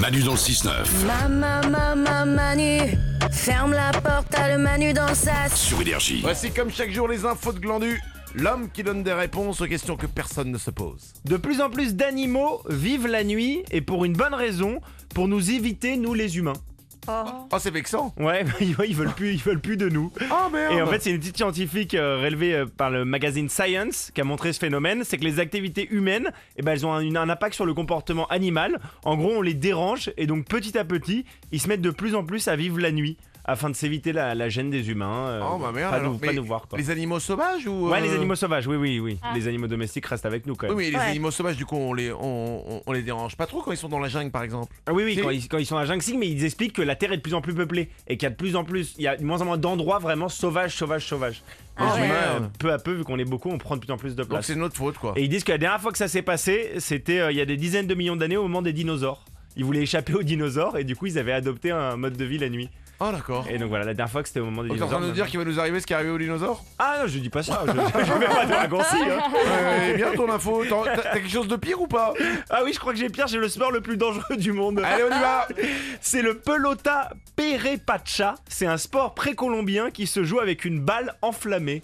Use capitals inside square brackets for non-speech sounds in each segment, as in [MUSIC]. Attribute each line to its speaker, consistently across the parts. Speaker 1: Manu dans le 6-9
Speaker 2: Maman, maman, Manu, ferme la porte, à le Manu dans le sas.
Speaker 1: sur Énergie.
Speaker 3: Voici comme chaque jour les infos de Glandu, l'homme qui donne des réponses aux questions que personne ne se pose.
Speaker 4: De plus en plus d'animaux vivent la nuit et pour une bonne raison, pour nous éviter nous les humains.
Speaker 3: Oh c'est vexant
Speaker 4: Ouais, [LAUGHS] ils veulent plus, ils veulent plus de nous.
Speaker 3: Oh merde
Speaker 4: Et en fait, c'est une petite scientifique euh, relevée euh, par le magazine Science qui a montré ce phénomène, c'est que les activités humaines, eh ben, elles ont un, une- un impact sur le comportement animal. En gros, on les dérange et donc petit à petit, ils se mettent de plus en plus à vivre la nuit afin de s'éviter la, la gêne des humains. euh,
Speaker 3: Oh bah merde
Speaker 4: pas,
Speaker 3: alors,
Speaker 4: nous, pas
Speaker 3: mais
Speaker 4: nous voir quoi.
Speaker 3: Les animaux sauvages ou
Speaker 4: Ouais,
Speaker 3: euh,
Speaker 4: les animaux sauvages, oui, oui, oui. Les animaux domestiques restent avec nous
Speaker 3: Oui
Speaker 4: quand même.
Speaker 3: mais les
Speaker 2: Ouais.
Speaker 3: animaux sauvages du coup on les, on, on- on les dérange pas trop quand ils sont dans la jungle par exemple.
Speaker 4: Ah Oui, oui,
Speaker 3: C'est-
Speaker 4: quand ils, quand ils sont à Jinxing, mais ils expliquent que la Terre est de plus en plus peuplée et qu'il y a de plus en plus, il y a de moins en moins d'endroits vraiment sauvages, sauvages, sauvages. Les
Speaker 3: Ah ouais.
Speaker 4: humains, euh,
Speaker 3: Merde.
Speaker 4: peu à peu, vu qu'on est beaucoup, on prend de plus en plus de
Speaker 3: Donc
Speaker 4: place.
Speaker 3: c'est notre faute quoi.
Speaker 4: Et ils disent que la dernière fois que ça s'est passé, c'était euh, il y a des dizaines de millions d'années au moment des dinosaures. Ils voulaient échapper aux dinosaures et du coup ils avaient adopté un mode de vie la nuit.
Speaker 3: Oh d'accord.
Speaker 4: Et donc voilà, la dernière fois que c'était au moment des
Speaker 3: Donc t'es en
Speaker 4: dinosaures.
Speaker 3: train de nous dire qu'il va nous arriver ce qui est arrivé aux dinosaures
Speaker 4: Ah non, je dis [LAUGHS] pas ça, je, je fais pas de raccourci. hein.
Speaker 3: Euh, Eh bien ton info, t'en- t'as t'as quelque chose de pire ou pas
Speaker 4: Ah oui, je crois que j'ai pire, j'ai le sport le plus dangereux du monde.
Speaker 3: Allez on y va
Speaker 4: [LAUGHS] C'est le pelota perepacha. C'est un sport précolombien qui se joue avec une balle enflammée.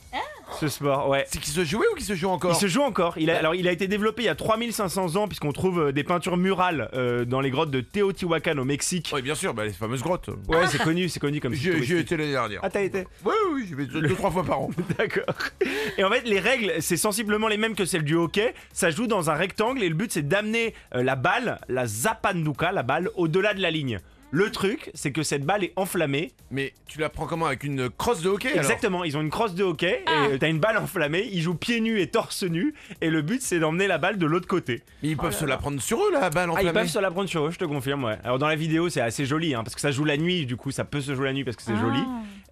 Speaker 4: Ce sport, ouais.
Speaker 3: C'est qui se jouait ou qui se joue
Speaker 4: Il
Speaker 3: encore
Speaker 4: se joue encore. Il a, alors, il a été développé il y a 3500 ans, puisqu'on trouve euh, des peintures murales euh, dans les grottes de Teotihuacan au Mexique.
Speaker 3: Oui bien sûr, bah, les fameuses grottes.
Speaker 4: Ouais, c'est connu, c'est connu comme
Speaker 3: J'y
Speaker 4: site
Speaker 3: j'y ai
Speaker 4: touristique.
Speaker 3: été l'année dernière.
Speaker 4: Ah, t'as été
Speaker 3: Oui oui, j'y vais deux, deux, trois fois par an.
Speaker 4: [LAUGHS] D'accord. Et en fait, les règles, c'est sensiblement les mêmes que celles du hockey. Ça joue dans un rectangle et le but, c'est d'amener euh, la balle, la zapanduka, la balle, au-delà de la ligne. Le truc, c'est que cette balle est enflammée.
Speaker 3: Mais tu la prends comment avec une crosse de hockey alors
Speaker 4: Exactement, ils ont une crosse de hockey et euh, t'as une balle [LAUGHS] enflammée. Ils jouent pieds nus et torse nu. Et le but, c'est d'emmener la balle de l'autre côté.
Speaker 3: Mais ils peuvent se la prendre sur eux là, la balle
Speaker 4: Oh Ah, ils
Speaker 3: enflammée.
Speaker 4: peuvent se la prendre sur eux, je te confirme, ouais. Alors dans la vidéo, c'est assez joli, hein, parce que ça joue la nuit, du coup, ça peut se jouer la nuit parce que c'est joli.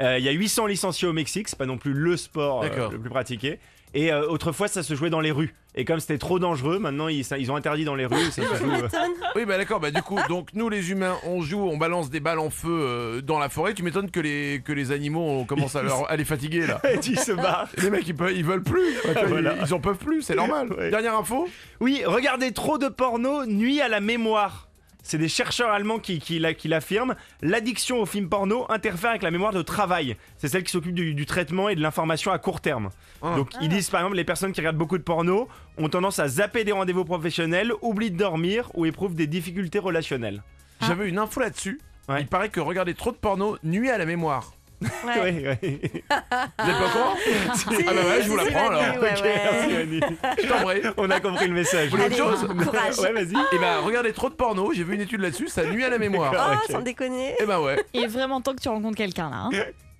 Speaker 4: Euh, Il y a 800 licenciés au Mexique, c'est pas non plus le sport euh,
Speaker 3: D'accord.
Speaker 4: le plus pratiqué. Et euh, autrefois, ça se jouait dans les rues. Et comme c'était trop dangereux, maintenant, ils, ça- ils ont interdit dans les rues. ça se joue, euh, [LAUGHS]
Speaker 3: Oui, bah d'accord, bah du coup, donc nous les humains, on joue, on balance des balles en feu euh, dans la forêt. Tu m'étonnes que les, que les animaux, on commence à, leur- à les fatiguer
Speaker 4: [LAUGHS]
Speaker 3: là.
Speaker 4: et ils se barrent.
Speaker 3: Les mecs, ils, peuvent, ils veulent plus. Enfin, ils-
Speaker 4: Ah, Voilà.
Speaker 3: ils, en peuvent plus, c'est normal.
Speaker 4: Ouais.
Speaker 3: Dernière info
Speaker 4: Oui, regardez trop de porno nuit à la mémoire. C'est des chercheurs allemands qui, qui, l'a- qui l'affirment. L'addiction aux films porno interfère avec la mémoire de travail. C'est celle qui s'occupe du, du traitement et de l'information à court terme.
Speaker 3: Ah.
Speaker 4: Donc ils disent par exemple les personnes qui regardent beaucoup de porno ont tendance à zapper des rendez-vous professionnels, oublient de dormir ou éprouvent des difficultés relationnelles.
Speaker 3: J'avais une info là-dessus.
Speaker 4: Ah. Ouais.
Speaker 3: Il paraît que regarder trop de porno nuit à la mémoire.
Speaker 4: Ouais, ouais.
Speaker 3: Vous êtes pas
Speaker 4: [LAUGHS]
Speaker 3: con Ah bah ouais, je vous la
Speaker 2: Si,
Speaker 3: prends
Speaker 2: Manu,
Speaker 3: alors.
Speaker 2: ouais,
Speaker 4: Ok,
Speaker 2: ouais.
Speaker 4: merci, Annie.
Speaker 3: Je t'embraye.
Speaker 4: On a compris le message.
Speaker 3: Vous voulez autre
Speaker 2: Allez,
Speaker 3: chose
Speaker 2: courage.
Speaker 4: Ouais, vas-y.
Speaker 3: Et bah, regarder trop de porno, j'ai vu une étude là-dessus, ça nuit à la mémoire.
Speaker 2: Oh,
Speaker 4: Ok.
Speaker 2: sans déconner.
Speaker 3: Et bah ouais.
Speaker 5: Il est vraiment temps que tu rencontres quelqu'un là. hein.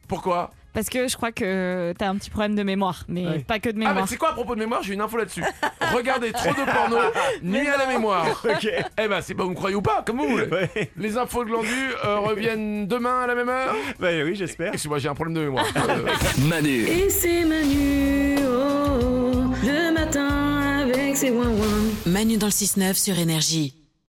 Speaker 3: Pourquoi
Speaker 5: Parce que je crois que t'as un petit problème de mémoire, mais
Speaker 4: Ouais.
Speaker 5: pas que de
Speaker 3: Ah, mais
Speaker 5: mémoire.
Speaker 3: c'est quoi à propos de mémoire J'ai une info là-dessus. Regardez trop de porno, nuit à la mémoire.
Speaker 4: Ok.
Speaker 3: Eh ben, c'est pas vous me croyez ou pas, comme vous voulez.
Speaker 4: Ouais.
Speaker 3: Les infos de Glandu euh, reviennent demain à la même heure.
Speaker 4: Bah oui, j'espère.
Speaker 3: Excuse-moi, j'ai un problème de mémoire. Euh,
Speaker 1: Manu.
Speaker 6: Et c'est Manu, oh, oh, le matin avec ses ouin-ouin.
Speaker 7: Manu dans le 6-9 sur Énergie.